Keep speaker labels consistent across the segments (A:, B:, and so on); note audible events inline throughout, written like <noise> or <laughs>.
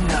A: una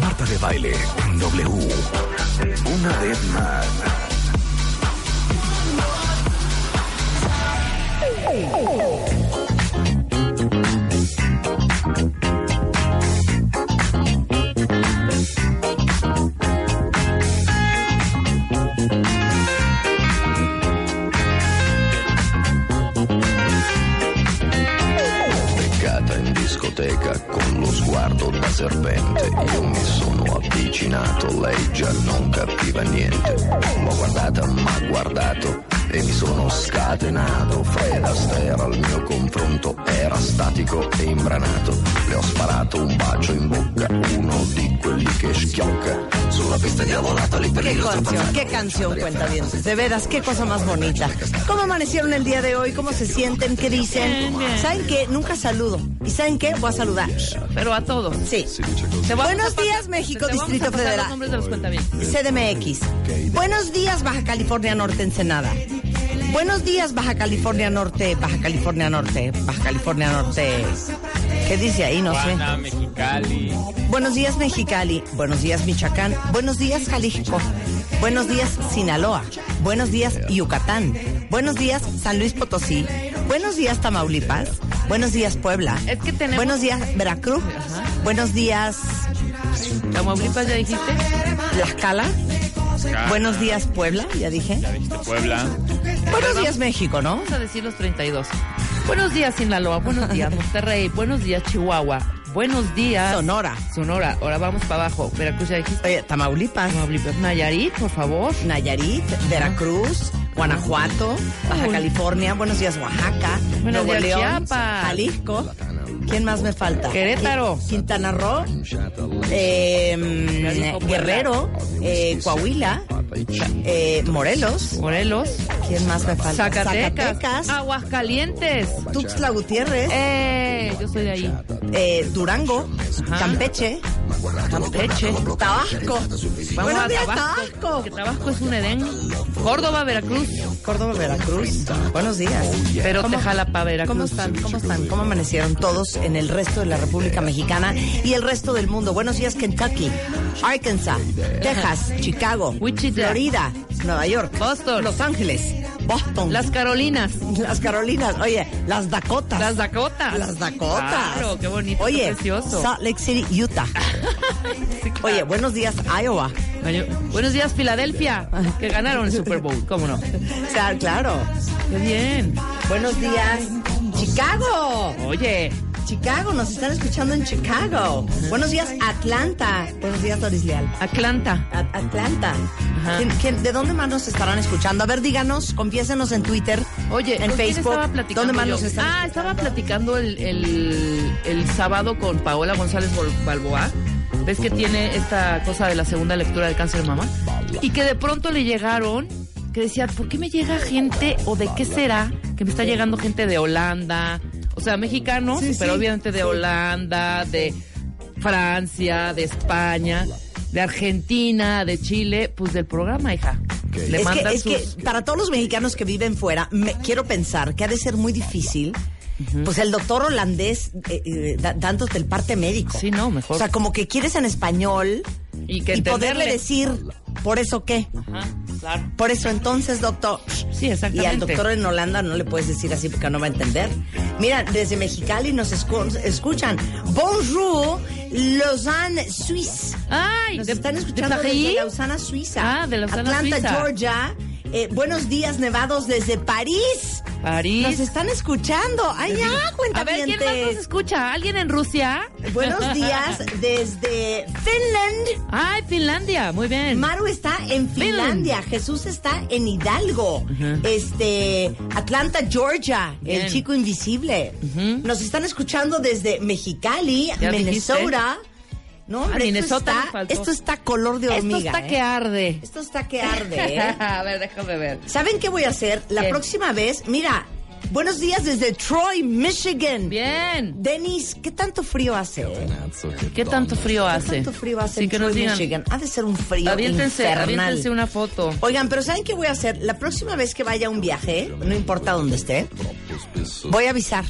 A: Marta de baile en W. Una vez más.
B: beccata in discoteca con lo sguardo da serpente. Io mi sono avvicinato, lei già non capiva niente. L'ho guardata, ma guardato e mi sono scatenato. Fred Astaire al mio confronto era statico e imbranato. Le ho sparato un bacio in bocca, uno di quelli che schiocca. Sulla pista diavolata lì per lì
C: Qué
B: lo
C: canción,
B: zampano.
C: qué canción, cuenta bien. De veras, qué cosa más bonita. ¿Cómo amanecieron el día de hoy? ¿Cómo se sienten? ¿Qué dicen? ¿Saben qué? Nunca saludo. ¿Y saben qué? Voy a saludar.
D: Pero a todos.
C: Sí.
D: Te vamos
C: Buenos
D: a pasar-
C: días, México,
D: te vamos
C: Distrito
D: a pasar
C: Federal.
D: Los nombres de los cuentavientes.
C: CDMX. Buenos días, Baja California Norte, Ensenada. Buenos días, Baja California Norte, Baja California Norte, Baja California Norte. ¿Qué dice ahí? No sé.
E: Tijuana, Mexicali.
C: Buenos días, Mexicali. Buenos días, Michoacán. Buenos días, Jalisco. Buenos días, Sinaloa. Buenos días, Yucatán. Buenos días, San Luis Potosí. Buenos días, Tamaulipas. Buenos días, Puebla.
D: Es que tenemos-
C: Buenos días, Veracruz. Buenos días,
D: Tamaulipas ya dijiste.
C: Tlaxcala.
E: Oaxaca,
C: Buenos días, Puebla, ya dije.
E: Ya dijiste Puebla.
C: Buenos días, México, ¿no?
D: Vamos a decir los 32. Buenos días, Sinaloa. Buenos días,
C: <laughs>
D: Monterrey. Buenos días, Chihuahua. Buenos días.
C: Sonora.
D: Sonora. Ahora vamos para abajo. Veracruz ya dijiste.
C: Oye, Tamaulipas,
D: Tamaulipas. Nayarit, por favor.
C: Nayarit, Veracruz, Guanajuato, Baja
D: Uy.
C: California, buenos días Oaxaca,
D: Buenos
C: Nuevo
D: días,
C: León,
D: Chiapas.
C: Jalisco. ¿Quién más me falta?
D: Querétaro.
C: Qui- Quintana Roo, eh, mm, Guerrero, eh, Coahuila, eh, Morelos.
D: Morelos.
C: ¿Quién más me falta?
D: Zacatecas. Ah.
C: Zacatecas,
D: Aguascalientes.
C: Tuxtla Gutiérrez,
D: Eh, yo soy de ahí.
C: eh, Durango,
D: Ajá.
C: Campeche,
D: Campeche.
C: Tabasco.
D: Vamos
C: buenos
D: a
C: días,
D: Tabasco.
C: Tabasco.
D: Que Tabasco es un Edén. Córdoba, Veracruz.
C: Córdoba, Veracruz. Buenos días.
D: Pero te
C: ¿Cómo-
D: jala para Veracruz.
C: ¿Cómo están? ¿Cómo están? ¿Cómo amanecieron todos en el resto de la República Mexicana y el resto del mundo? Buenos días, Kentucky, Arkansas, Texas, Chicago,
D: Wichita.
C: Florida, Nueva York,
D: Boston.
C: Los Ángeles, Boston,
D: Las Carolinas.
C: las Carolinas, oye, las Dakotas.
D: Las Dakotas.
C: Las Dakotas.
D: Claro, qué bonito, qué
C: Oye,
D: precioso.
C: Salt Lake City, Utah.
D: <laughs>
C: Oye, buenos días, Iowa.
D: Oye, Buenos días, Filadelfia, que ganaron el Super Bowl, ¿cómo no?
C: Claro, claro.
D: Qué bien.
C: Buenos días, Chicago.
D: Oye,
C: Chicago, nos están escuchando en Chicago. Buenos días, Atlanta. Buenos días, Doris Leal.
D: Atlanta.
C: A- Atlanta.
D: Ajá.
C: ¿Quién- quién- de dónde más nos estarán escuchando? A ver, díganos, confiésenos en Twitter,
D: Oye, ¿con
C: en
D: quién
C: Facebook.
D: estaba platicando
C: ¿Dónde más
D: yo?
C: nos están
D: Ah, estaba platicando el, el- el sábado con Paola González Bol- Balboa. ¿Ves que tiene esta cosa de la segunda lectura del cáncer de mama? Y que de pronto le llegaron que decía, ¿por qué me llega gente o de qué será que me está llegando gente de Holanda? O sea, mexicanos, pero obviamente de Holanda, de Francia, de España, de Argentina, de Chile, pues del programa, hija. Le
C: es
D: mandan
C: que, es
D: sus-
C: que para todos los mexicanos que viven fuera, me, quiero pensar que ha de ser muy difícil. Pues el doctor holandés eh, eh, da- dándote el parte médico.
D: Sí, no, mejor.
C: O sea, como que quieres en español
D: Y que
C: y poderle
D: entenderle.
C: decir, ¿por eso qué?
D: Ajá, claro.
C: Por eso entonces, doctor.
D: Sí, exactamente.
C: Y al doctor en Holanda no le puedes decir así porque no va a entender. Mira, desde Mexicali nos escu- escuchan. Bonjour, Lausanne, Suiza.
D: Ay,
C: Nos
D: de-
C: están
D: de
C: escuchando
D: París.
C: desde Lausana, Suiza.
D: Ah, de Lausana,
C: Atlanta,
D: Suiza.
C: Georgia. Eh, buenos días, nevados desde París. Nos
D: París.
C: están escuchando. Ay,
D: A ver,
C: ya,
D: ¿quién más nos
C: cuentavientes.
D: escucha? ¿Alguien en Rusia?
C: Buenos días desde Finland.
D: Ay, Finlandia, muy bien.
C: Maru está en Finlandia, Jesús está en Hidalgo, este Atlanta, Georgia, el
D: Bien.
C: chico invisible. Nos están escuchando desde Mexicali,
D: Ya
C: Minnesota, No, hombre,
D: Ah,
C: esto
D: Minnesota nos
C: está,
D: faltó.
C: esto está color de
D: Esto
C: hormiga.
D: está
C: ¿eh?
D: que arde.
C: Esto está que arde, ¿eh?
D: <laughs> A ver, déjame ver.
C: ¿Saben qué voy a hacer? La
D: ¿Qué?
C: próxima vez, mira, buenos días desde Troy, Michigan.
D: Bien.
C: Denis, ¿qué tanto frío hace? eh?
D: ¿Qué tanto frío
C: ¿Qué
D: hace?
C: tanto frío hace
D: Sin
C: en
D: que nos
C: Troy,
D: digan.
C: Michigan? Ha de ser un frío
D: Aviéntense,
C: infernal.
D: aviéntense una foto.
C: Oigan, pero ¿saben qué voy a hacer? La próxima vez que vaya a un viaje, no importa dónde esté, voy a avisar.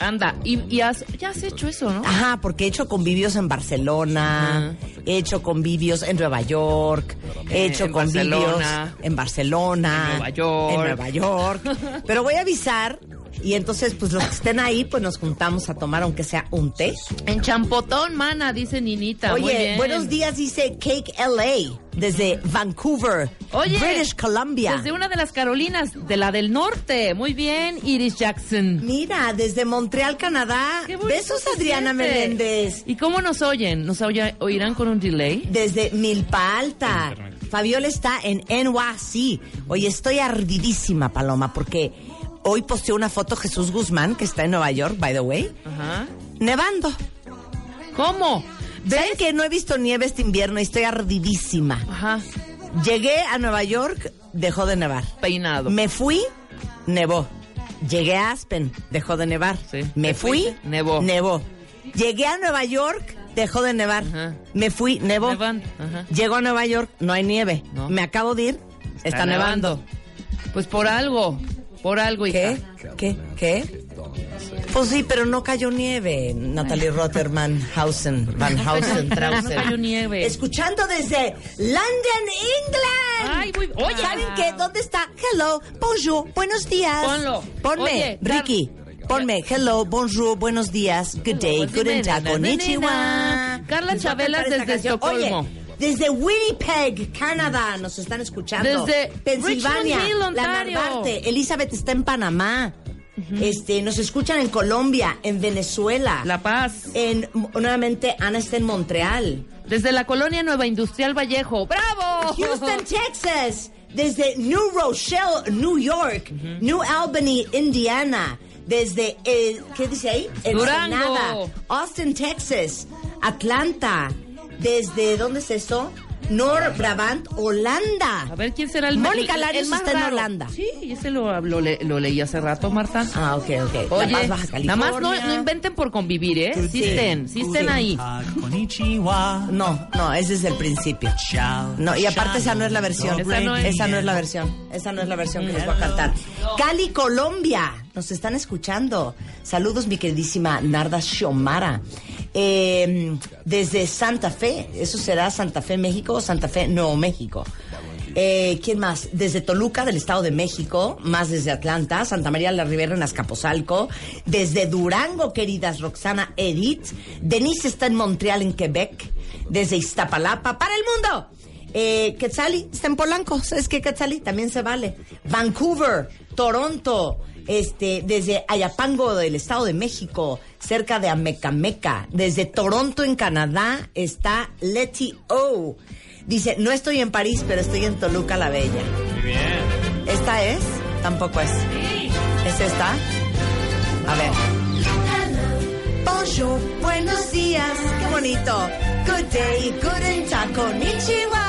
D: Anda, y, y has, ya has hecho eso, ¿no?
C: Ajá, porque he hecho convivios en Barcelona, he hecho convivios en Nueva York, he
D: Eh,
C: hecho
D: en
C: convivios
D: Barcelona.
C: en Barcelona,
D: En Nueva York.
C: en
D: <laughs>
C: Nueva York. Pero voy a avisar y entonces pues los que estén ahí pues nos juntamos a tomar aunque sea un té.
D: En Champotón, mana, dice Ninita. Muy
C: Oye,
D: bien.
C: buenos días dice Cake LA desde Vancouver,
D: Oye,
C: British Columbia.
D: Desde una de las Carolinas, de la del norte. Muy bien, Iris Jackson.
C: Mira, desde Montreal, Canadá.
D: Qué bonito
C: Besos
D: se
C: Adriana
D: siente.
C: Meléndez.
D: ¿Y cómo nos oyen? ¿Nos oye- oirán con un delay?
C: desde Milpa Alta. Fabiola está en NYC. Hoy estoy ardidísima, Paloma, porque hoy posteó una foto Jesús Guzmán, que está en Nueva York, by the way,
D: Ajá.
C: nevando.
D: ¿Cómo?
C: ¿Saben que no he visto nieve este invierno y estoy ardidísima?
D: Ajá.
C: Llegué a Nueva York, dejó de nevar.
D: Peinado.
C: Me fui, nevó. Llegué a Aspen, dejó de nevar.
D: Sí.
C: Me
D: Te
C: fui,
D: fuiste, nevó.
C: Nevó. Llegué a Nueva York, dejó de nevar.
D: Ajá.
C: Me fui, nevó.
D: Nevando, ajá.
C: Llego a Nueva York, no hay nieve.
D: No.
C: Me acabo de ir, está, nevando.
D: Pues por algo. Por algo, hija.
C: ¿Qué? ¿Qué? ¿Qué? Pues sí, pero no cayó nieve, Natalie Rotterman Hausen, Van
D: <laughs>
C: Hausen,
D: No cayó nieve.
C: Escuchando desde London, England.
D: Ay, muy- oye.
C: ¿Saben qué? ¿Dónde está? Hello, bonjour, buenos días.
D: Ponlo.
C: Ponme,
D: Oye, Car-
C: Ricky. Ponme, hello, bonjour, buenos días, good day,
D: Pues
C: good
D: dime,
C: day,
D: nena,
C: konnichiwa.
D: nena. Carla
C: Nos va a
D: Chabelas
C: cantar esta
D: desde
C: canción.
D: Estocolmo.
C: Oye, desde Winnipeg, Canadá, nos están escuchando.
D: Desde
C: Pensilvania,
D: Richmond Hill,
C: la
D: Ontario.
C: Narvarte. Elizabeth está en Panamá. Este, nos escuchan en Colombia, en Venezuela.
D: La Paz.
C: En, nuevamente, Ana está en Montreal.
D: Desde la colonia Nueva Industrial Vallejo. ¡Bravo!
C: Houston, Texas. Desde New Rochelle, New York. New Albany, Indiana. Desde, eh, ¿qué dice ahí?
D: Durango.
C: Ensenada, Austin, Texas. Atlanta. Desde, ¿dónde es eso? Nor Brabant, Holanda.
D: A ver quién será el
C: Mónica
D: el-
C: Larios
D: el más
C: está en
D: raro?
C: Holanda.
D: Sí, ese lo, lo, le- lo leí hace rato, Marta.
C: Ah, ok, ok.
D: Oye,
C: La Paz, Baja California.
D: nada más no, no inventen por convivir, ¿eh?
C: Sí.
D: Existen,
C: Sí.
D: existen ahí.
F: Konnichiwa.
C: No, no, ese es el principio.
F: Chao.
C: No, y aparte esa no es la versión.
D: Esa no es.
C: Esa no es la versión. Esa no es la versión que les voy a cantar. Cali, Colombia. Nos están escuchando. Saludos, mi queridísima Narda Xiomara. Eh, desde Santa Fe. Eso será Santa Fe, México o Santa Fe, Nuevo México. Eh, ¿Quién más? Desde Toluca, del Estado de México, más desde Atlanta, Santa María la Ribera en Azcapotzalco, desde Durango, queridas Roxana Edith, Denise está en Montreal, en Quebec, desde Iztapalapa, para el mundo. Eh, Quetzali está en Polanco, ¿sabes qué Quetzali? También se vale. Vancouver, Toronto, este, desde Ayapango del Estado de México, cerca de Amecameca, desde Toronto en Canadá está Letty O. Dice, no estoy en París, pero estoy en Toluca la Bella.
E: Muy bien.
C: ¿Esta es? Tampoco es. ¿Es esta? A ver. Bonjour, buenos días, qué bonito. Good day, good day, konnichiwa.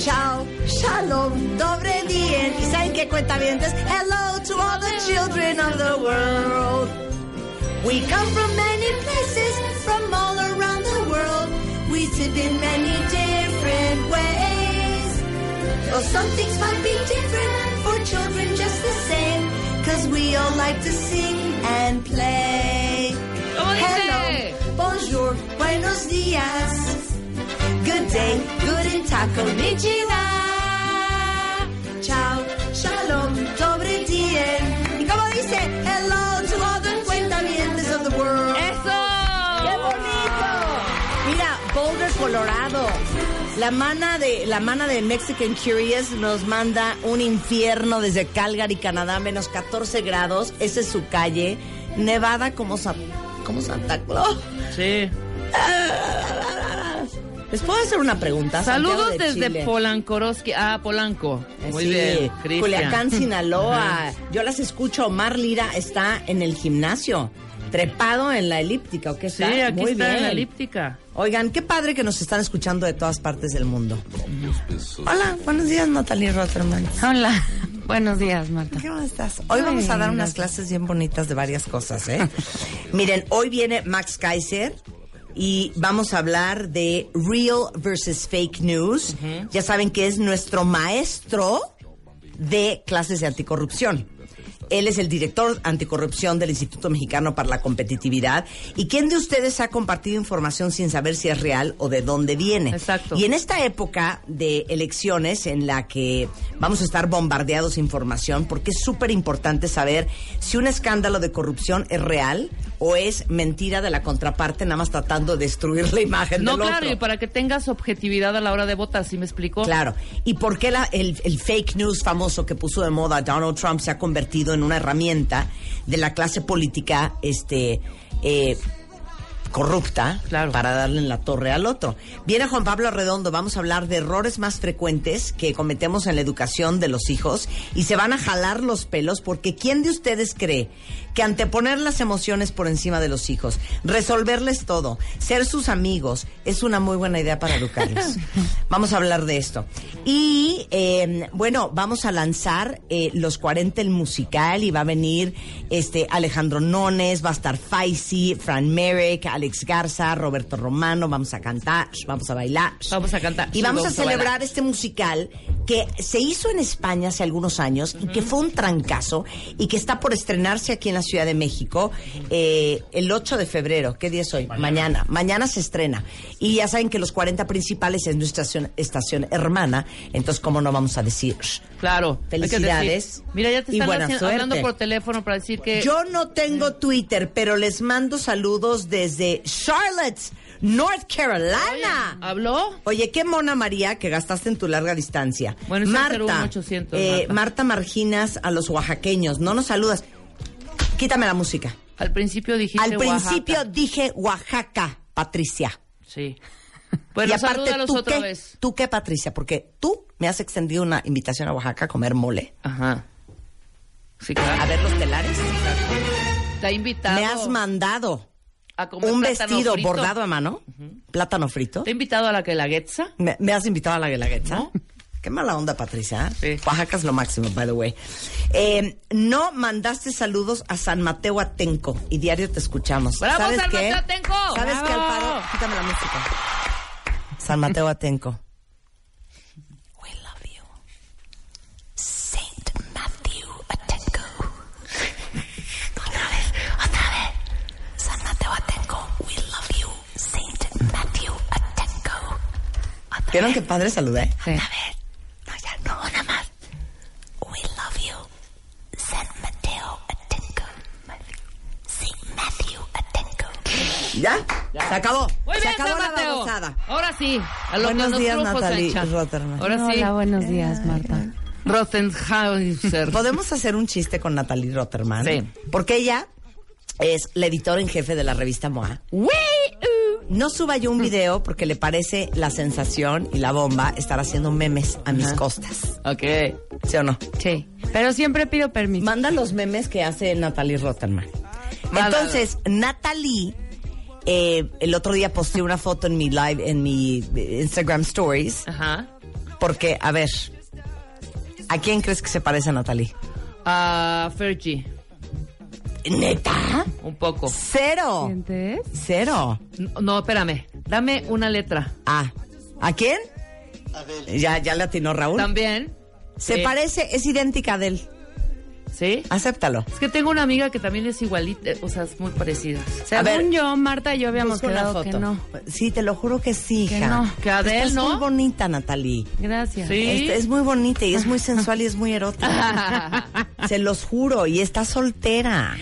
C: Chao, shalom, dobre dien. ¿Y saben qué cuenta Hello to all the children of the world. We come from many places, from all around the world. We sit in many different ways. Oh, some things might be different for children just the same. Cause we all like to sing and play.
D: ¿Cómo dice?
C: Hello, bonjour, buenos dias. Good day, good in taco, konnichiwa. Ciao, shalom, dobre dien. Y como dice, hello to all the cuentavientes of the world. ¡Qué
D: ¡Eso!
C: bonito! Mira, Boulder, Colorado. La mana de la mana de Mexican Curious nos manda un infierno desde Calgary, Canadá, menos 14 grados. Esa es su calle. Nevada como, Sa- como Santa Claus.
D: Sí.
C: ¿Les puedo hacer una pregunta? Santiago
D: Saludos
C: de
D: desde
C: Chile. Eh,
D: Polancorosky. Ah, Polanco. Muy
C: Sí,
D: bien, Cristian. <laughs>
C: Culiacán, Sinaloa. Yo las escucho. Omar Lira está en el gimnasio. Trepado en la elíptica, ¿o qué
D: Sí,
C: está?
D: aquí
C: Muy
D: está en la
C: bien.
D: elíptica.
C: Oigan, qué padre que nos están escuchando de todas partes del mundo. Hola, buenos días, Natalie Rotterman.
G: Hola, <laughs> buenos días, Marta.
C: ¿Cómo estás? Hoy vamos a dar unas clases bien bonitas de varias cosas, ¿eh? Miren, hoy viene Max Kaiser y vamos a hablar de real versus fake news. Ya saben que es nuestro maestro de clases de anticorrupción. Él es el director anticorrupción del Instituto Mexicano para la Competitividad. ¿Y quién de ustedes ha compartido información sin saber si es real o de dónde viene?
D: Exacto.
C: Y en esta época de elecciones en la que vamos a estar bombardeados de información, porque es súper importante saber si un escándalo de corrupción es real o es mentira de la contraparte, nada más tratando de destruir la imagen
D: No,
C: del
D: claro,
C: otro.
D: y para que tengas objetividad a la hora de votar, ¿sí me explico?
C: Claro. ¿Y por qué la- el, el fake news famoso que puso de moda Donald Trump se ha convertido en una herramienta de la clase política este, eh, corrupta
D: Claro.
C: para darle en la torre al otro? Viene Juan Pablo Redondo, vamos a hablar de errores más frecuentes que cometemos en la educación de los hijos y se van a jalar los pelos porque ¿quién de ustedes cree que anteponer las emociones por encima de los hijos, resolverles todo, ser sus amigos, es una muy buena idea para
D: <laughs>
C: educarlos? Vamos a hablar de esto. Y eh, bueno, vamos a lanzar eh, Los 40 el musical y va a venir este Alejandro Nones, va a estar Faisy, Fran Merrick, Alex Garza, Roberto Romano, vamos a cantar, vamos a bailar.
D: Vamos a cantar.
C: Y vamos a
D: bailar.
C: celebrar este musical que se hizo en España hace algunos años y que fue un trancazo y que está por estrenarse aquí en la Ciudad de México eh, el 8 de febrero. ¿Qué día es hoy? Mañana. Mañana, se estrena. Y ya saben que los 40 principales es nuestra estación, estación hermana, entonces cómo no vamos a decir...
D: Claro. hay que decir.
C: Felicidades
D: Mira, ya te
C: y
D: están
C: buena
D: haciendo-
C: suerte.
D: hablando por teléfono para decir que...
C: Yo no tengo Twitter, pero les mando saludos desde Charlotte, North Carolina.
D: ¿Habló?
C: Oye, qué mona María que gastaste en tu larga distancia.
D: Bueno, es el
C: Marta,
D: 01800,
C: eh,
D: Marta.
C: Marta Marginas a los oaxaqueños, no nos saludas. Quítame la música.
D: Al principio dijiste
C: Al principio
D: Oaxaca.
C: dije Oaxaca, Patricia.
D: Sí. Bueno, salúdalos
C: ¿tú
D: otra
C: qué?
D: vez.
C: ¿Tú qué, Patricia? Porque tú me has extendido una invitación a Oaxaca a comer mole.
D: Ajá. Sí, claro.
C: A ver los telares.
D: Te ha invitado.
C: Me has mandado
D: a comer
C: un
D: plátano
C: vestido
D: frito.
C: bordado a mano, plátano frito.
D: Te ha invitado a la que la guetza.
C: ¿Me, me has invitado a la guelaguetza? Qué mala onda, Patricia.
D: Sí.
C: Oaxaca es lo máximo, by the way. Eh, no mandaste saludos a San Mateo Atenco y diario te escuchamos.
D: ¡Bravo,
C: ¿Sabes
D: San
C: qué?
D: Mateo Atenco!
C: ¿Sabes qué,
D: ¡Bravo!
C: Alfaro? Quítame la música. San Mateo Atenco. We love you. Saint Matthew Atenco. Otra vez, otra vez. San Mateo Atenco. We love you. Saint Matthew Atenco. ¿Vieron qué padre saludé?
G: Sí.
C: No, ya no, nada más. We love you. San Mateo Atenco. Saint Matthew Atenco. ¿Ya? Se acabó.
D: Muy
C: Se
D: bien,
C: acabó
D: San
C: la
D: Mateo.
C: babosada.
D: Ahora sí. A lo
C: Buenos
D: que nos
C: días,
D: trujo
C: Natalie Eh,
D: Sancha.
C: Rotterman.
D: Ahora sí.
G: Hola, buenos días, Marta.
D: Rottenhauser.
C: Podemos hacer un chiste con Natalie Rotterman.
D: Sí.
C: Porque ella es la editora en jefe de la revista MOA. No suba yo un video porque le parece la sensación y la bomba estar haciendo memes a mis costas.
D: ok.
C: ¿Sí o no?
G: Sí, pero siempre pido permiso.
C: Manda los memes que hace Natalie Rotterman.
D: Manda.
C: Entonces, Natalie, eh, el otro día posté una foto en mi live, en mi eh, Instagram Stories,
D: Ajá.
C: porque, a ver, ¿a quién crees que se parece a Natalie?
D: A Fergie.
C: ¿Neta?
D: Un poco.
C: Cero.
G: ¿Sientes?
C: Cero.
D: No, No, espérame. Dame una letra.
C: Ah, ¿a quién? Ya, ya le atinó Raúl.
D: También.
C: Se
D: Sí.
C: parece, es idéntica a él.
D: ¿Sí?
C: Acéptalo.
D: Es que tengo una amiga que también es igualita, o sea, es muy parecida.
C: A
G: Según
C: ver,
G: yo, Marta y yo habíamos
C: busca una
G: quedado que
C: Pues foto.
G: no.
C: Sí, te lo juro que sí,
G: Que
C: hija.
G: no.
D: Que Adele,
C: Estás
D: ¿no?
C: muy bonita, Natalie.
G: Gracias.
D: Sí.
C: Este, <laughs> es muy bonita y es
G: <laughs>
C: muy sensual y es muy erótica. Se los juro, y está soltera.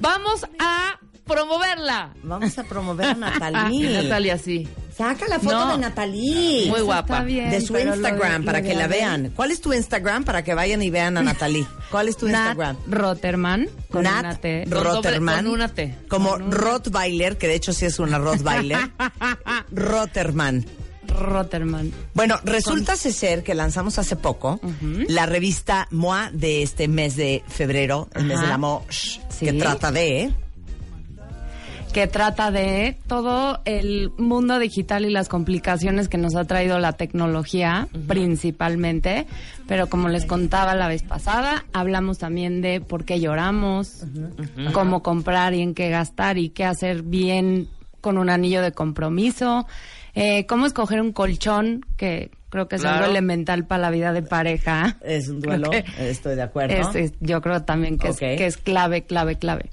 D: Vamos a promoverla. Ah,
C: Vamos a promover
G: <laughs>
C: a Natalie.
D: Natalia, sí.
C: Saca la foto
D: No.
C: de Natalie.
D: Muy
G: Eso
D: guapa.
G: está bien,
C: De su
G: pero lo de-
C: Instagram
G: lo
C: para
G: de
C: que la
G: Adele.
C: vean. ¿Cuál es tu Instagram para que vayan y vean a
G: <laughs>
C: Natalie? ¿Cuál es tu Instagram?
G: Nat Rotterman. Con
C: Nat
G: una T.
D: Ro-
C: Rotterman.
D: Con doble- con una T.
C: Como Rottweiler, que de hecho sí es una
G: <laughs>
C: Rottweiler. Rotterman.
G: Rotterman.
C: Bueno, resulta ser que lanzamos hace poco la revista MOA de este mes de febrero, el mes
G: Ajá.
C: del amor, shh,
G: Sí.
C: que trata de
G: que trata de todo el mundo digital y las complicaciones que nos ha traído la tecnología, principalmente. Pero como les contaba la vez pasada, hablamos también de por qué lloramos, cómo comprar y en qué gastar y qué hacer bien con un anillo de compromiso, eh, cómo escoger un colchón, que creo que es
D: Claro.
G: algo elemental para la vida de pareja.
C: Es un duelo,
G: Creo que
C: estoy de acuerdo.
G: es- es- yo creo también que,
C: Ok.
G: es, que es clave, clave, clave.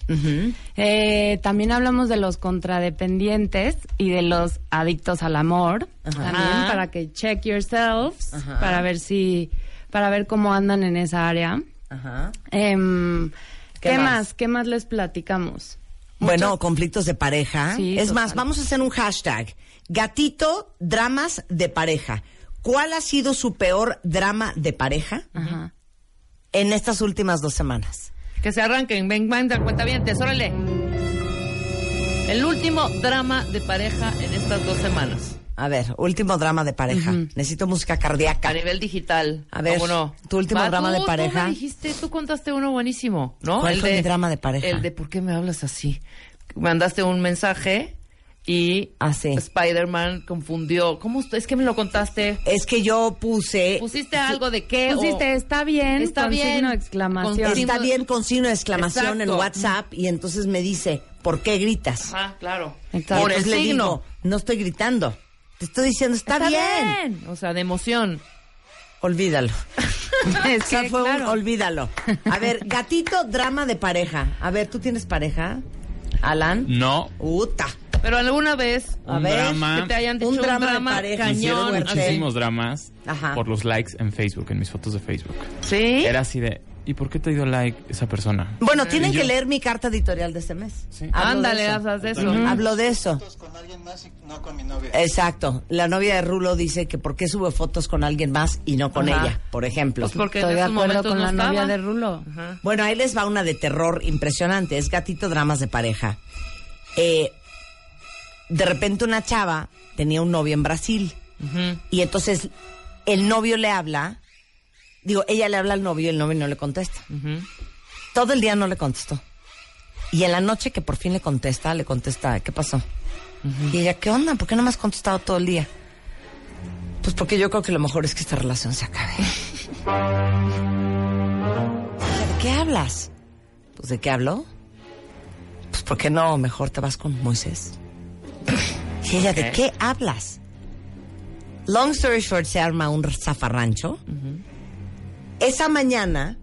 G: Eh, también hablamos de los contradependientes y de los adictos al amor. También para que check yourselves,
C: Ajá.
G: para ver si, para ver cómo andan en esa área.
C: Ajá.
G: Em,
C: ¿Qué
G: ¿Qué,
C: más?
G: más? ¿Qué más les platicamos?
C: Bueno, conflictos de pareja.
G: Sí,
C: es
G: total.
C: más, vamos a hacer un hashtag. Gatito, dramas de pareja. ¿Cuál ha sido su peor drama de pareja
G: Ajá.
C: en estas últimas dos semanas?
D: Que se arranquen, ven, manda, cuenta bien, tesórale. El último drama de pareja en estas dos semanas.
C: A ver, último drama de pareja. Necesito música cardíaca.
D: A nivel digital.
C: A ver,
D: ¿cómo no?
C: tu último drama
D: tú,
C: de
D: tú
C: pareja.
D: me dijiste, tú contaste uno buenísimo, ¿no?
C: ¿Cuál fue mi drama de pareja?
D: El de ¿por qué me hablas así? Mandaste un mensaje y
C: Ah, sí.
D: Spider-Man confundió. ¿Cómo est- es que me lo contaste?
C: Es que yo puse...
D: ¿Pusiste algo de qué?
G: Pusiste,
D: o-
G: está bien,
D: Está
G: con
D: bien.
G: signo de exclamación.
D: Con signo-
C: Está bien con signo de exclamación en
D: Exacto.
C: WhatsApp y entonces me dice, ¿por qué gritas?
D: Ah, claro.
G: Exacto.
D: Por
C: Y
D: el
C: entonces le
D: signo.
C: digo, no estoy gritando. Te estoy diciendo, está, bien.
D: O sea, de emoción.
C: <laughs> Olvídalo.
G: Es
C: O sea,
G: que,
C: fue un
G: claro.
C: olvídalo. A ver,
D: <laughs>
C: gatito, drama de pareja. A ver, ¿tú tienes pareja? Alan.
E: No.
C: Uta.
D: Pero alguna vez
C: A
E: Un
C: ver.
E: drama.
D: que te hayan dicho
C: Un
D: un
C: drama
D: drama,
C: de pareja.
D: cañón.
E: Hicieron
C: fuerte.
E: muchísimos dramas
C: Ajá.
E: por los likes en Facebook, en mis fotos de Facebook.
D: ¿Sí?
E: Era así de, ¿y por qué te dio like esa persona?
C: Bueno, tienen
E: Y yo-
C: que leer mi carta editorial de este mes.
E: Sí.
C: Hablo
D: Ándale,
C: de eso.
D: hablas de eso.
C: Ujú. Hablo de eso.
H: con alguien más y no con mi novia.
C: Exacto. La novia de Rulo dice que por qué sube fotos con alguien más y no con
D: Ajá.
C: ella, por ejemplo.
D: Pues porque
G: Estoy
D: en
G: de
D: esos
G: acuerdo
D: momentos
G: con
D: no
G: la novia
D: estaba.
G: de Rulo.
D: Ajá.
C: Bueno, ahí les va una de terror impresionante. Es gatito dramas de pareja. Eh, de repente una chava tenía un novio en Brasil.
D: Ujú.
C: Y entonces el novio le habla. Digo, ella le habla al novio y el novio no le contesta.
D: Ujú.
C: Todo el día no le contestó. Y en la noche que por fin le contesta, le contesta, ¿qué pasó? Y ella, ¿qué onda? ¿Por qué no me has contestado todo el día? Pues porque yo creo que lo mejor es que esta relación se acabe. O sea, ¿De qué hablas? Pues de qué hablo. Pues ¿por qué no? Mejor te vas con Moisés. <laughs> Y ella, ¿de qué hablas? Long story short, se arma un zafarrancho. Esa mañana,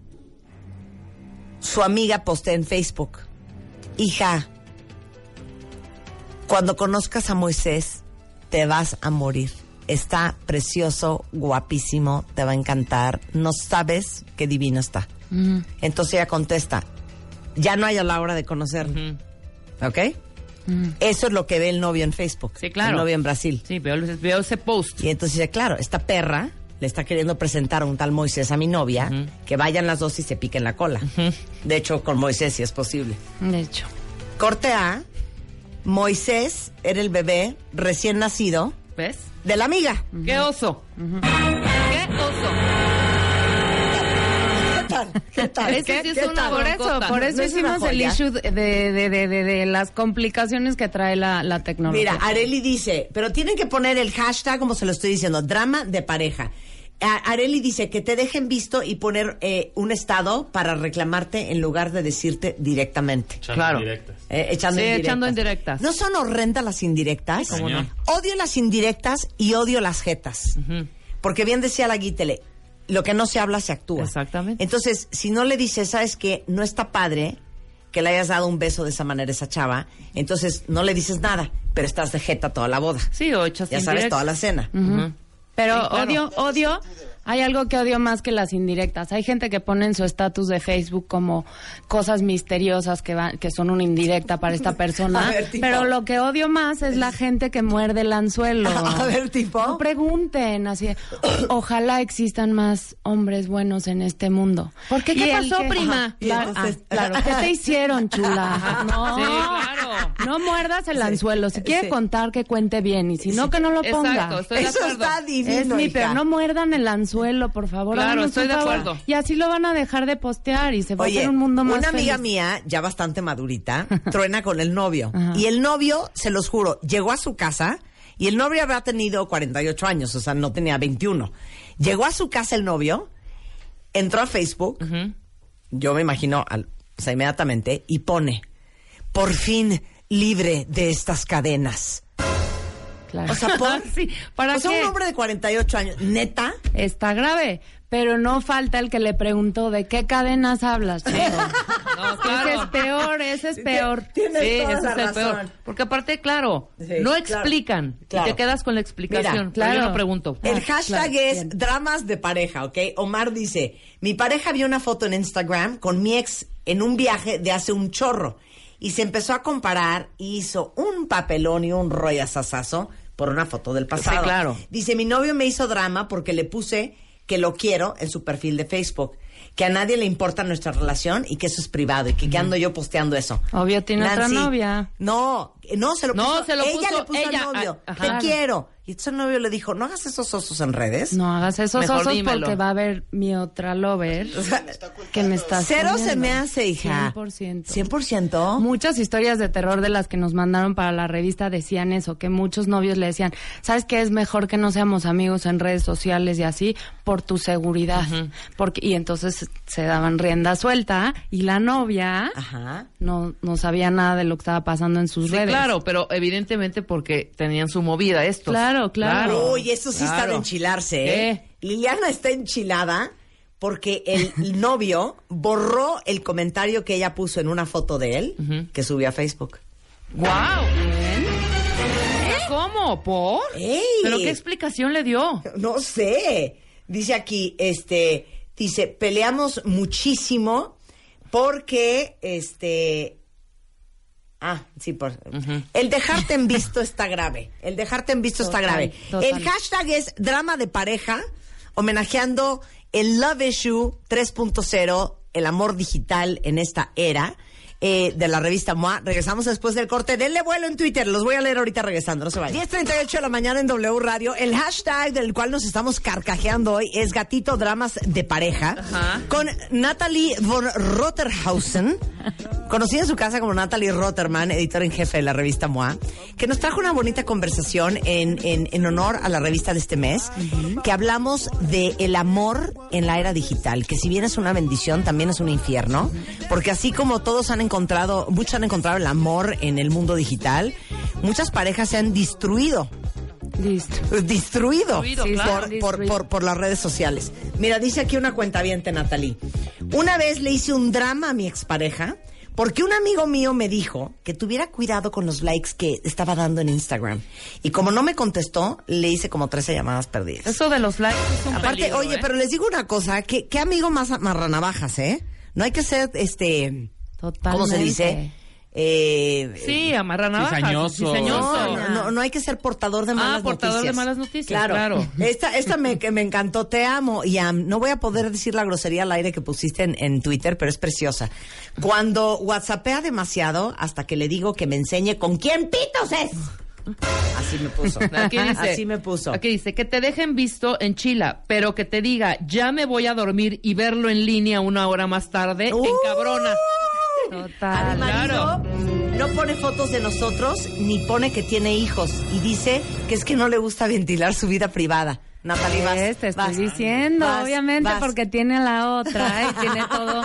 C: su amiga postea en Facebook. Hija, cuando conozcas a Moisés, te vas a morir. Está precioso, guapísimo, te va a encantar. No sabes qué divino está.
D: Mm.
C: Entonces ella contesta, ya no hay a la hora de conocerlo.
D: Ujú. Mm.
C: ¿Ok? Eso es lo que ve el novio en Facebook.
D: Sí, claro.
C: El novio en Brasil.
D: Sí, veo, veo ese post.
C: Y entonces dice, claro, esta perra le está queriendo presentar a un tal Moisés a mi novia, que vayan las dos y se piquen la cola. De hecho, con Moisés si es posible.
G: De hecho.
C: Corte A, Moisés era el bebé recién nacido
D: ¿Ves?
C: de la amiga.
D: ¡Qué oso! ¡Qué oso!
C: ¿Qué tal?
D: Es que sí es
C: ¿Qué
D: una
C: tal?
G: Por eso,
D: broncota.
G: por
D: No,
G: eso
C: no es una
G: hicimos el
C: joya.
G: issue de, de, de, de, de las complicaciones que trae la, la tecnología.
C: Mira, Areli dice, pero tienen que poner el hashtag, como se lo estoy diciendo, drama de pareja. A- Areli dice que te dejen visto y poner eh, un estado para reclamarte en lugar de decirte directamente.
D: Claro.
C: Eh, echando
D: Sí,
C: indirectas.
D: echando indirectas.
C: ¿No son horrendas las indirectas?
E: Sí, cómo no.
C: Odio las indirectas y odio las jetas. Porque bien decía la Guítele, lo que no se habla se actúa.
D: Exactamente.
C: Entonces, si no le dices, ¿sabes qué? No está padre que le hayas dado un beso de esa manera a esa chava, entonces no le dices nada, pero estás de jeta toda la boda.
D: Sí, o echas
C: ya sabes,
D: indirecto.
C: toda la cena.
G: <laughs> Ujú. Pero
D: Sí, claro.
G: odio, odio, hay algo que odio más que las indirectas. Hay gente que pone en su estatus de Facebook como cosas misteriosas que van, que son una indirecta para esta
C: A
G: persona.
C: ver, tipo.
G: pero lo que odio más es la gente que muerde el
C: <laughs> <laughs>
G: anzuelo.
C: A ver, tipo.
G: No pregunten así. de, Ojalá existan más hombres buenos en este mundo.
D: ¿Por qué? ¿Qué
G: Y el
D: pasó, prima?
G: Ajá,
C: Y
G: claro,
C: entonces-
G: ah, claro, ¿qué te hicieron, chula?
D: Ajá.
G: No.
D: Sí, claro.
G: No muerdas el anzuelo. Si quiere
C: sí.
G: contar, que cuente bien. Y si no, que no lo ponga.
D: Exacto, estoy de
C: Eso
D: acuerdo.
C: está divino.
G: Es mi,
C: hija.
G: pero no muerdan el anzuelo, por favor.
D: Claro,
G: háganos
D: estoy
G: un
D: de
G: favor.
D: acuerdo.
G: Y así lo van a dejar de postear y se va a
C: Oye,
G: hacer un mundo más
C: una amiga
G: feliz.
C: mía, ya bastante
G: <laughs>
C: madurita, truena con el novio.
G: Ajá.
C: Y el novio, se los juro, llegó a su casa y el novio habrá tenido 48 años, o sea, no tenía 21. Llegó a su casa el novio, entró a Facebook, yo me imagino, al- o sea, inmediatamente, y pone, por fin libre de estas
G: <laughs>
C: cadenas.
G: Claro.
C: O sea, por-
G: <laughs> Sí, ¿para
C: o sea,
G: qué?
C: un hombre de 48 años, neta,
G: Está grave, pero no falta el que le preguntó de qué cadenas hablas. chico?"
D: <laughs> No,
G: Ese es
D: claro.
G: peor, ese es peor.
C: Tienes
D: sí,
C: toda
D: ese
C: la
D: es el
C: razón.
D: peor. Porque aparte, claro,
C: Sí,
D: no
C: claro.
D: explican.
C: Claro.
D: Y te quedas con la explicación.
C: Mira,
D: claro. Yo
G: claro. Eh,
D: no pregunto.
C: El hashtag
G: claro,
C: es
G: bien.
C: dramas de pareja, ¿ok? Omar dice, mi pareja vio una foto en Instagram con mi ex en un viaje de hace un chorro y se empezó a comparar y hizo un papelón y un rollazazazo por una foto del pasado.
D: claro.
C: Dice, mi novio me hizo drama porque le puse que lo quiero en su perfil de Facebook, que a nadie le importa nuestra relación y que eso es privado y que, que ando yo posteando eso.
G: Obvio, tiene otra novia.
C: No, no, se lo
D: No,
C: puso,
D: se lo
C: ella
D: puso
C: le puso
D: ella,
C: al novio.
D: a-
C: Te
D: ajá.
C: quiero. Y entonces el novio le dijo, no hagas esos osos en redes.
G: No hagas esos
D: Mejor
G: osos
D: dímelo.
G: porque va a ver mi
C: <laughs>
G: otra lover que me está
C: Cero se
G: escondiendo.
C: me hace, hija.
G: 100%.
C: 100%.
G: Muchas historias de terror de las que nos mandaron para la revista decían eso, que muchos novios le decían, ¿sabes qué? Es mejor que no seamos amigos en redes sociales y así por tu seguridad. porque, y entonces se daban rienda suelta y la novia
C: Ah. Ajá.
G: no, no sabía nada de lo que estaba pasando en sus
D: Sí,
G: redes.
D: claro, pero evidentemente porque tenían su movida estos.
G: Claro, claro. Claro.
C: Uy, eso sí está de
D: claro.
C: enchilarse, ¿eh? Liliana está enchilada porque
G: <laughs>
C: el novio borró el comentario que ella puso en una foto de él que subió a Facebook.
D: ¡Guau!
G: ¿Eh?
D: ¿Cómo? ¿Por?
C: ¡Ey!
D: ¿Pero qué explicación le dio?
C: No sé. Dice aquí, este, dice, peleamos muchísimo porque, este, ah, sí, por, el dejarte en visto está grave. El dejarte en visto está
G: Total,
C: grave.
G: total.
C: El hashtag es drama de pareja, homenajeando el Love Issue 3.0, el amor digital en esta era. eh, de la revista MOA. Regresamos después del corte. Denle vuelo en Twitter. Los voy a leer ahorita regresando. No se vayan. 10.38 de la mañana en W Radio. El hashtag del cual nos estamos carcajeando hoy es Gatito Dramas de Pareja.
D: Ajá.
C: Con Natalie von Rotterhausen, conocida en su casa como Natalie Rotterman, editora en jefe de la revista MOA, que nos trajo una bonita conversación en, en- en honor a la revista de este mes, que hablamos de el amor en la era digital, que si bien es una bendición, también es un infierno, porque así como todos han encontrado, muchos han encontrado el amor en el mundo digital, muchas parejas se han destruido
G: Listo.
C: Destruido,
D: Destruido,
C: por-
D: claro.
C: por, por- por- por las redes sociales. Mira, dice aquí una cuenta viente, Natalie. Una vez le hice un drama a mi expareja porque un amigo mío me dijo que tuviera cuidado con los likes que estaba dando en Instagram. Y como no me contestó, le hice como 13 llamadas perdidas.
D: Eso de los likes es un
C: Aparte,
D: peligro,
C: oye,
D: ¿eh?
C: pero les digo una cosa, ¿qué, qué amigo más amarranavajas, ¿eh? No hay que ser, este, ¿cómo se
G: Totalmente.
C: dice? Eh,
D: Sí, amarran navajas.
E: Cizañoso.
C: no,
D: Cizañoso.
C: no, no, no hay que ser portador de
D: Ah,
C: malas
D: portador
C: noticias.
D: de malas noticias, claro.
C: <laughs> Esta, esta me, que me encantó, te amo. Y am, no voy a poder decir la grosería al aire que pusiste en, en Twitter, pero es preciosa. Cuando whatsappea demasiado hasta que le digo que me enseñe con quién pitos es. Así me puso.
D: <laughs>
C: <laughs>
D: Aquí dice,
C: Así me puso.
D: Aquí dice que te dejen visto en Chila, pero que te diga ya me voy a dormir y verlo en línea una hora más tarde
C: ¡Uh!
D: en cabrona.
C: A
G: Total.
C: mi marido no pone fotos de nosotros ni pone que tiene hijos y dice que es que no le gusta ventilar su vida privada. Natalie, vas,
G: Es, Pues, te estoy
C: vas,
G: diciendo,
C: vas,
G: obviamente,
C: vas.
G: porque tiene a la otra ¿eh? y
C: <laughs>
G: tiene todo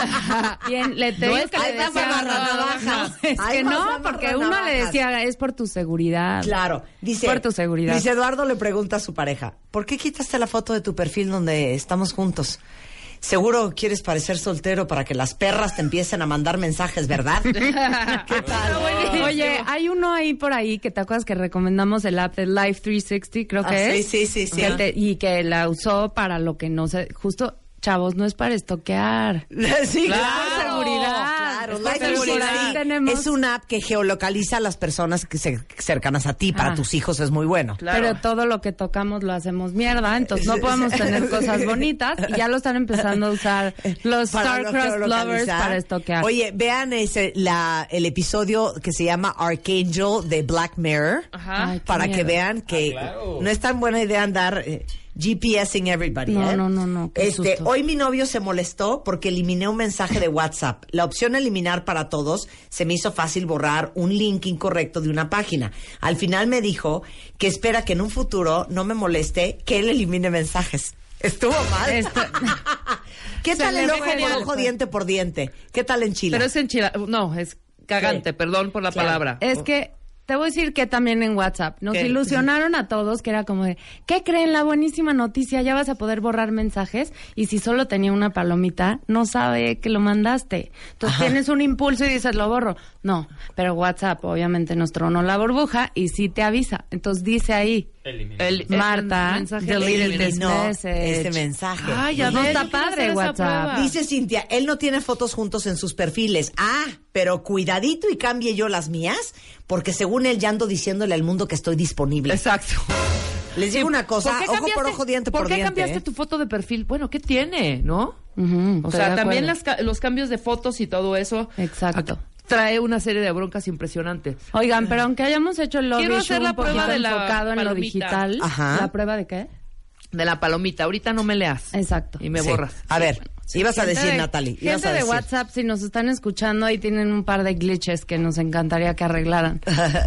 G: bien. Le te
D: No
G: digo
D: es
G: que
D: que
G: le
C: Ahí vas
G: decía-
C: a amarranavajas.
G: No, Es
C: Ahí
G: que
C: vas
G: no,
C: a
G: porque uno le
C: amarranavajas.
G: decía es por tu seguridad.
C: Claro, dice.
G: Por tu seguridad.
C: Dice Eduardo le pregunta a su pareja, ¿por qué quitaste la foto de tu perfil donde estamos juntos? Seguro quieres parecer soltero para que las perras te empiecen a mandar mensajes,
G: <laughs>
C: ¿verdad? ¿Qué tal?
G: Oye, hay uno ahí por ahí que te acuerdas que recomendamos el app de Life 360, creo
C: Ah,
G: que
C: sí,
G: es.
C: sí, sí, sí.
G: Que te- y que la usó para lo que no sé, justo, chavos, no es para estoquear.
C: Sí,
D: Claro.
C: claro.
G: Por seguridad,
C: Claro,
D: Es por
C: Life Insurance
D: seguridad.
G: Tenemos-
C: es una app que geolocaliza a las personas que se- cercanas a ti. Para
G: Ah.
C: tus hijos es muy bueno.
D: Claro.
G: Pero todo lo que tocamos lo hacemos mierda, entonces no podemos tener
C: <laughs>
G: cosas bonitas y ya lo están empezando a usar <laughs> los
C: Para lo
G: Star-Crossed
C: geolocalizar.
G: Lovers para estoquear.
C: Oye, vean ese, la, el episodio que se llama Archangel de Black Mirror.
D: Ajá.
G: Ay, qué
C: para que
G: miedo.
C: vean que no es tan buena idea andar eh, GPSing everybody.
G: No,
C: ¿eh?
G: no, no, no, qué
C: Este,
G: susto.
C: hoy mi novio se molestó porque eliminé un mensaje de WhatsApp. La opción eliminar para todos se me hizo fácil borrar un link incorrecto de una página. Al final me dijo que espera que en un futuro no me moleste que él elimine mensajes. Estuvo mal. <laughs>
G: Esto-
C: ¿Qué
D: Se
C: tal el
D: le
C: ojo
D: fue
C: por
D: el-
C: ojo, diente por diente? ¿Qué tal en Chile?
D: Pero es enchila... No, es cagante,
C: Sí.
D: perdón por la
C: Claro.
D: palabra.
G: Es que te voy a decir que también en WhatsApp nos
D: ¿Qué?
G: ilusionaron a todos que era como de, ¿qué creen? La buenísima noticia, ya vas a poder borrar mensajes y si solo tenía una palomita, no sabe que lo mandaste. Entonces tienes un impulso y dices, lo borro. No, pero WhatsApp obviamente nos tronó la burbuja y sí te avisa. Entonces dice ahí,
D: El-
G: Marta,
D: el mensaje
G: deleted
D: eliminado.
G: this
C: no,
G: message.
C: este mensaje.
D: Ay,
G: No
D: ves,
G: está
D: yo quiero
G: padre,
D: hacer esa
G: WhatsApp.
D: prueba.
C: Dice Cintia, él no tiene fotos juntos en sus perfiles. Ah, pero cuidadito y cambie yo las mías, porque según él ya ando diciéndole al mundo que estoy disponible.
D: Exacto.
C: Les digo una cosa,
D: qué
C: ojo por
D: cambiaste-
C: ojo, diente por,
D: ¿Por qué
C: diente.
D: cambiaste
C: ¿eh?
D: tu foto de perfil? Bueno, ¿qué tiene, no?
G: Ujú,
D: O
G: estoy
D: sea,
G: de
D: también
G: acuerdo.
D: las ca- los cambios de fotos y todo eso.
G: Exacto.
D: ac- Trae una serie de broncas impresionantes.
G: Oigan, pero aunque hayamos hecho el lobby
D: Quiero hacer
G: show
D: la
G: un poquito
D: prueba de la
G: enfocado en lo
D: palomita.
G: digital,
C: Ajá.
G: ¿la prueba de qué?
D: De la palomita, ahorita no me leas.
G: Exacto.
D: Y me
C: Sí.
D: borras.
C: A ver, ibas a
G: Gente
C: decir,
G: de-
C: Natalie.
G: Gente
C: ibas a
G: de
C: decir.
G: WhatsApp, si nos están escuchando, ahí tienen un par de glitches que nos encantaría
C: <laughs>
G: que arreglaran.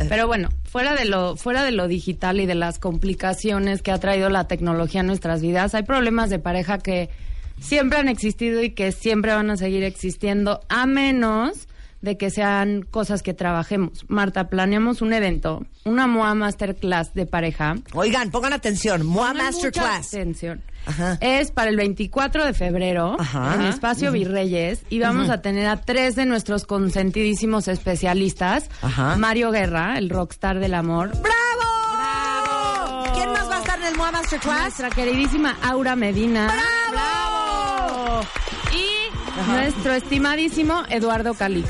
G: Pero bueno, fuera de lo, fuera de lo digital y de las complicaciones que ha traído la tecnología a nuestras vidas, hay problemas de pareja que siempre han existido y que siempre van a seguir existiendo, a menos de que sean cosas que trabajemos. Marta, planeamos un evento, una MOA Masterclass de pareja.
C: Oigan, pongan atención, MOA
G: Pongan mucha
C: Masterclass.
G: atención.
C: Ajá.
G: Es para el 24 de febrero
C: Ajá.
G: en Espacio Virreyes y vamos a tener a tres de nuestros consentidísimos especialistas.
C: Ajá.
G: Mario Guerra, el rockstar del amor.
C: ¡Bravo! ¿Quién más va a estar en el MOA Masterclass?
G: Nuestra queridísima Aura Medina.
C: ¡Bravo!
G: Y nuestro estimadísimo Eduardo Calix.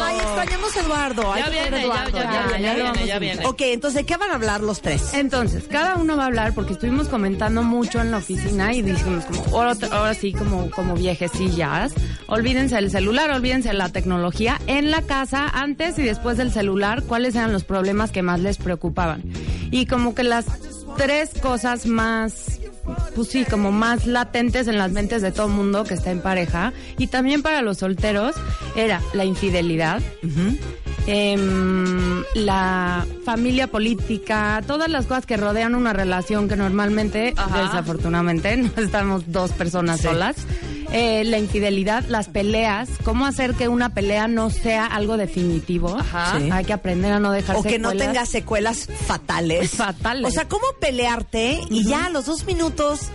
C: Ay, extrañamos a Eduardo. Ay,
D: Ya
C: pobre
D: viene, ya-
C: Eduardo.
D: ya-
G: ya viene, ya
C: lo vamos
D: ya
C: a-
D: viene.
C: Ok, entonces, ¿de qué van a hablar los tres?
G: Entonces, cada uno va a hablar porque estuvimos comentando mucho en la oficina y dijimos como ahora, ahora sí como como viejecillas, olvídense del celular, olvídense de la tecnología en la casa antes y después del celular, cuáles eran los problemas que más les preocupaban. Y como que las tres cosas más pues sí, como más latentes en las mentes de todo mundo que está en pareja y también para los solteros era la infidelidad, em, la familia política, todas las cosas que rodean una relación que normalmente,
D: Ajá.
G: desafortunadamente, <laughs> no estamos dos personas solas. Eh, la infidelidad, las peleas, cómo hacer que una pelea no sea algo definitivo.
D: Ajá.
C: Sí.
G: Hay que aprender a no dejar
C: O que no
G: secuelas.
C: tenga secuelas fatales.
G: Fatales.
C: O sea, ¿cómo pelearte y ya a los dos minutos...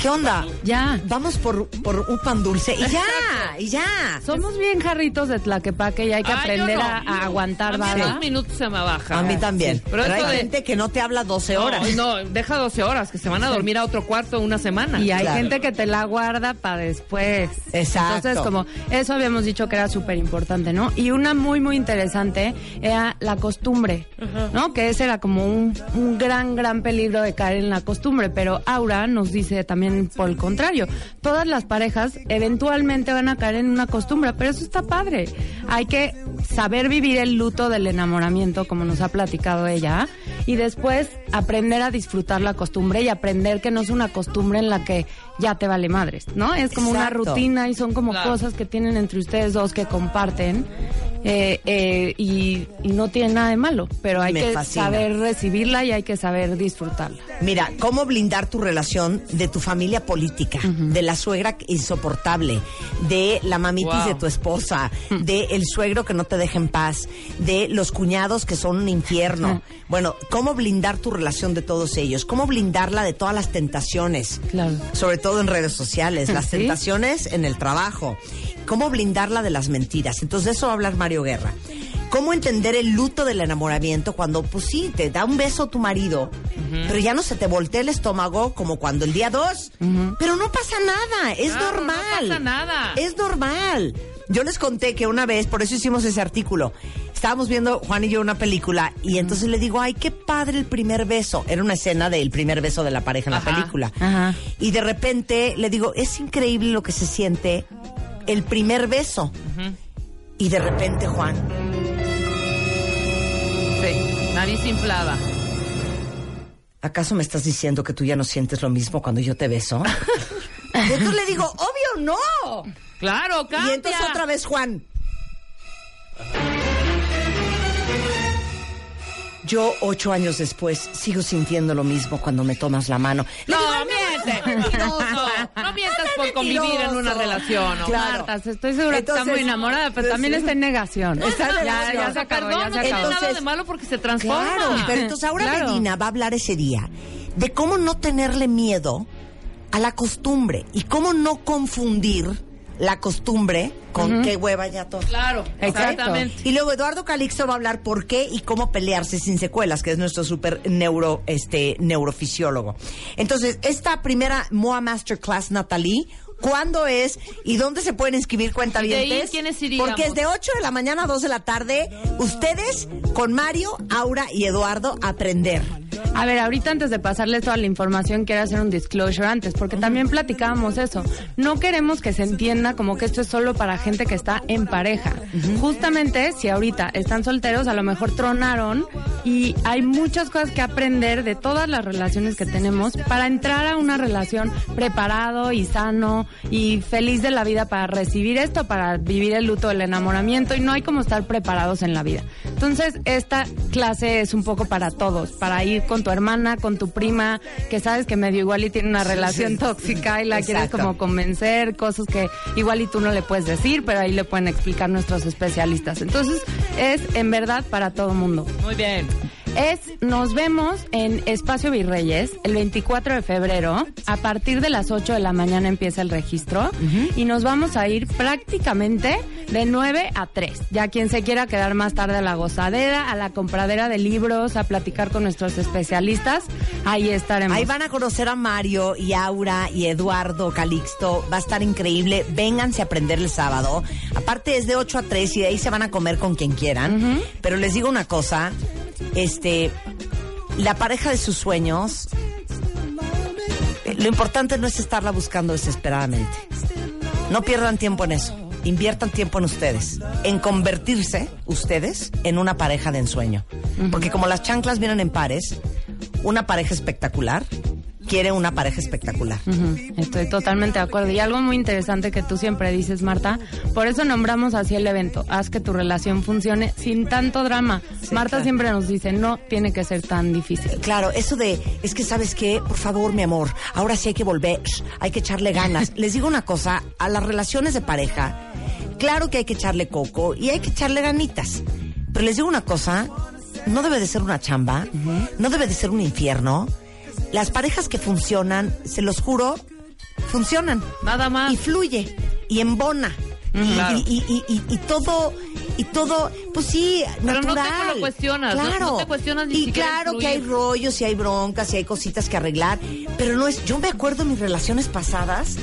C: ¿Qué onda?
G: Ya.
C: Vamos por, por un pan dulce. Y ya, y ya.
G: Somos bien jarritos de Tlaquepaque y hay que
D: Ah, yo
G: aprender
D: no.
G: a, a aguantar
D: A mí en
G: vara.
D: dos minutos se me baja.
C: A mí también.
D: Sí,
C: Pero,
D: Pero eso
C: hay
D: de-
C: gente que no te habla 12
D: No,
C: horas.
D: No, deja 12 horas, que se van a dormir a otro cuarto una semana.
G: Y hay
C: Claro.
G: gente que te la guarda para después.
C: Exacto.
G: Entonces, como eso habíamos dicho que era súper importante, ¿no? Y una muy, muy interesante era la costumbre, ¿no? Que ese era como un, un gran, gran peligro de caer en la costumbre. Pero Aura nos dice también por el contrario. Todas las parejas eventualmente van a caer en una costumbre, pero eso está padre. Hay que saber vivir el luto del enamoramiento, como nos ha platicado ella, y después aprender a disfrutar la costumbre y aprender que no es una costumbre en la que ya te vale madres, ¿no? Es como una
C: Exacto.
G: rutina y son como
D: Claro.
G: cosas que tienen entre ustedes dos que comparten eh, eh, y, y no tiene nada de malo, pero hay
C: Me
G: que
C: fascina.
G: saber recibirla y hay que saber disfrutarla.
C: Mira, cómo blindar tu relación de tu familia política, de la suegra insoportable, de la mamitis
D: Wow.
C: de tu esposa, de el suegro que no te deja en paz, de los cuñados que son un infierno. Bueno, cómo blindar tu relación de todos ellos, cómo blindarla de todas las tentaciones.
G: Claro.
C: Sobre todo en redes sociales, las
G: ¿Sí?
C: tentaciones en el trabajo. ¿Cómo blindarla de las mentiras? Entonces de eso va a hablar Mario Guerra. ¿Cómo entender el luto del enamoramiento cuando, pues sí, te da un beso tu marido, pero ya no se te voltea el estómago como cuando el día 2? Pero no pasa nada, es
D: Claro, no
C: normal.
D: pasa nada.
C: Es normal. Yo les conté que una vez, por eso hicimos ese artículo, estábamos viendo Juan y yo una película y entonces le digo, ay, qué padre el primer beso. Era una escena del primer beso de la pareja en
D: Ajá,
C: la película.
G: ajá.
C: Y de repente le digo, es increíble lo que se siente el primer beso. Y de repente Juan,
D: Sí, nariz inflada.
C: ¿acaso me estás diciendo que tú ya no sientes lo mismo cuando yo te
D: <laughs>
C: beso? y entonces le digo, obvio no.
D: Claro,
C: Y
D: cambia.
C: entonces otra vez Juan. Yo, ocho años después, sigo sintiendo lo mismo cuando me tomas la mano. Le
D: No,
C: digo, "Ay,
D: miente.
C: no, mentiroso".
D: No mientas
C: Ay,
D: por convivir
C: mentiroso.
D: en una relación, ¿no?
C: Claro.
G: Marta, estoy segura que
C: Entonces, pues,
G: está muy enamorada, pero también
C: sí.
G: está en negación.
C: Está en
G: ya,
C: negación.
G: ya se acabó,
D: Perdón,
G: ya
D: no
G: se
D: tiene
G: acabó.
D: nada
C: Entonces-
D: de malo porque se transforma.
C: Claro, pero entonces ahora
G: Claro.
C: Medina va a hablar ese día de cómo no tenerle miedo a la costumbre y cómo no confundir la costumbre con qué hueva ya todo.
D: Claro, exactamente.
C: Y luego Eduardo Calixto va a hablar por qué y cómo pelearse sin secuelas, que es nuestro super neuro, este, neurofisiólogo. Entonces, esta primera MOA Masterclass, Natalie, ¿cuándo es y dónde se pueden inscribir
D: ¿Y de ahí
C: cuentavientes?
D: quiénes iríamos?
C: Porque es de 8 de la mañana a 2 de la tarde. Ustedes con Mario, Aura y Eduardo a aprender.
G: A ver, ahorita antes de pasarles toda la información, quiero hacer un disclosure antes, porque también platicábamos eso. No queremos que se entienda como que esto es solo para gente que está en pareja. Justamente, si ahorita están solteros, a lo mejor tronaron y hay muchas cosas que aprender de todas las relaciones que tenemos para entrar a una relación preparado y sano y feliz de la vida para recibir esto, para vivir el luto del enamoramiento y no hay como estar preparados en la vida. Entonces, esta clase es un poco para todos, para ir con tu hermana, con tu prima, que sabes que medio igual y tiene una relación tóxica y la quieres
C: Exacto.
G: como convencer, cosas que igual y tú no le puedes decir, pero ahí le pueden explicar nuestros especialistas. Entonces, es en verdad para todo mundo.
D: Muy bien.
G: Es, nos vemos en Espacio Virreyes el 24 de febrero. A partir de las 8 de la mañana empieza el registro y nos vamos a ir prácticamente de 9 a 3. Ya quien se quiera quedar más tarde a la gozadera, a la compradera de libros, a platicar con nuestros especialistas, ahí estaremos.
C: Ahí van a conocer a Mario y Aura y Eduardo Calixto. Va a estar increíble. Vénganse a aprender el sábado. Aparte es de 8 a 3 y de ahí se van a comer con quien quieran. Pero les digo una cosa, este la pareja de sus sueños eh, lo importante no es estarla buscando desesperadamente. No pierdan tiempo en eso. Inviertan tiempo en ustedes, en convertirse ustedes en una pareja de ensueño. Porque como las chanclas vienen en pares, una pareja espectacular quiere una pareja espectacular.
G: Ujú, Estoy totalmente de acuerdo. Y algo muy interesante que tú siempre dices, Marta, por eso nombramos así el evento, haz que tu relación funcione sin tanto drama. Marta
C: claro.
G: siempre nos dice, no tiene que ser tan difícil.
C: Claro, eso de, es que sabes qué, por favor, mi amor, ahora sí hay que volver, hay que
D: <laughs>
C: echarle ganas. Les digo una cosa, a las relaciones de pareja, claro que hay que echarle coco y hay que echarle ganitas. Pero les digo una cosa, no debe de ser una chamba, no debe de ser un infierno. Las parejas que funcionan, se los juro, funcionan
D: Nada más.
C: y fluye y embona y,
D: Ah. claro.
C: y- y- y- y todo y todo pues sí
D: Pero no te
C: natural
D: lo cuestionas, no- no te cuestionas ni
C: y
D: siquiera
C: claro que hay
D: influir.
C: rollos y hay broncas y hay cositas que arreglar pero no es yo me acuerdo mis relaciones pasadas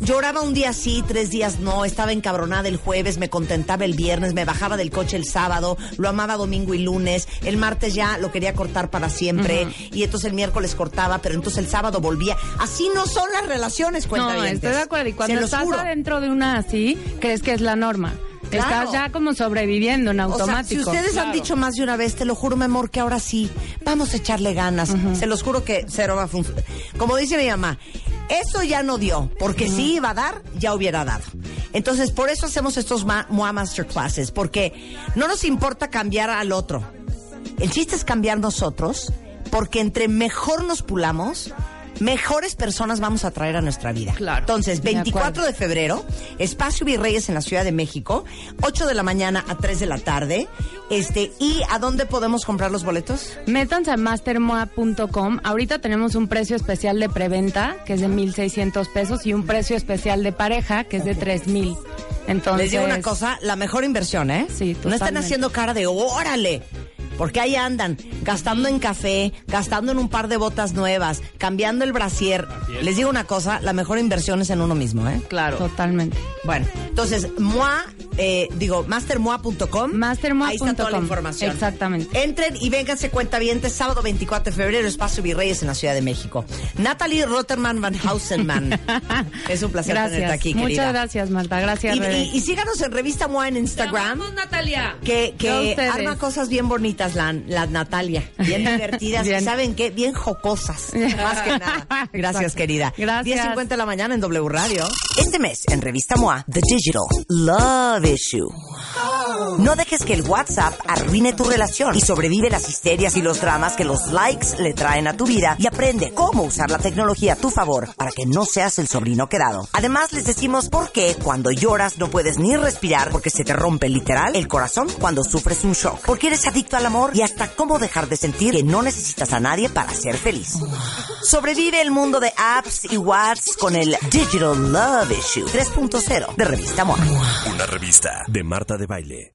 C: lloraba un día sí tres días no estaba encabronada el jueves me contentaba el viernes me bajaba del coche el sábado lo amaba domingo y lunes el martes ya lo quería cortar para siempre y entonces el miércoles cortaba pero entonces el sábado volvía así no son las relaciones
G: No,
C: cuentavientes.
G: estoy de acuerdo. Y
C: Se
G: cuando
C: los
G: estás
C: juro.
G: adentro de una así, crees que es la norma.
C: Claro.
G: Estás ya como sobreviviendo en
C: O sea,
G: automático.
C: si ustedes han dicho más de una vez, te lo juro, mi amor, que ahora sí, vamos a echarle ganas. Se los juro que cero va a funcionar. Como dice mi mamá, eso ya no dio, porque si iba a dar, ya hubiera dado. Entonces, por eso hacemos estos ma- MOA Masterclasses, porque no nos importa cambiar al otro. El chiste es cambiar nosotros, porque entre mejor nos pulamos, mejores personas vamos a traer a nuestra vida.
D: Claro.
C: Entonces,
G: De acuerdo.
C: 24 de febrero, Espacio Virreyes en la Ciudad de México, 8 de la mañana a 3 de la tarde. Este, ¿y a dónde podemos comprar los boletos?
G: Métanse a mastermoa.com. Ahorita tenemos un precio especial de preventa, que es de 1,600 pesos, y un precio especial de pareja, que es de 3,000. Entonces,
C: Les digo una cosa, la mejor inversión, ¿eh?
G: Sí,
C: No están
G: totalmente.
C: haciendo cara de órale. Porque ahí andan, gastando en café, gastando en un par de botas nuevas, cambiando el brasier. Les digo una cosa, la mejor inversión es en uno mismo, ¿eh?
D: Claro.
G: Totalmente.
C: Bueno, entonces, MOA, eh, digo, mastermoa.com.
G: Mastermoa.com.
C: Ahí está toda la información.
G: Exactamente.
C: Entren y vénganse cuenta bien, este sábado 24 de febrero, Espacio Virreyes en la Ciudad de México. Natalie Rotterman Van
G: <laughs>
C: Hausenman. es un placer tenerte
G: Gracias.
C: aquí,
G: Muchas
C: querida.
G: gracias, Marta. Gracias,
C: Y,
G: Rebe.
C: y- y síganos en Revista MOA en Instagram.
D: Vamos, Natalia.
C: Que, que
G: A ustedes.
C: arma cosas bien bonitas, la, la Natalia.
G: <laughs>
C: Bien divertidas.
G: Bien.
C: Y ¿Saben qué? Bien
G: <laughs>
C: jocosas. Más que nada. Gracias,
G: Exacto.
C: querida.
G: Gracias.
C: 10.50 de la mañana en W Radio. Este mes, en Revista MOA, The Digital Love Issue. No dejes que el WhatsApp arruine tu relación y sobrevive las histerias y los dramas que los likes le traen a tu vida y aprende cómo usar la tecnología a tu favor para que no seas el sobrino quedado. Además, les decimos por qué cuando lloras no puedes ni respirar porque se te rompe literal el corazón cuando sufres un shock. Porque eres adicto al amor y hasta cómo dejar de sentir que no necesitas a nadie para ser feliz. Sobrevive el mundo de apps y WhatsApps con el Digital Love Issue 3.0 de Revista Moa.
I: Una revista de Marta de Baile.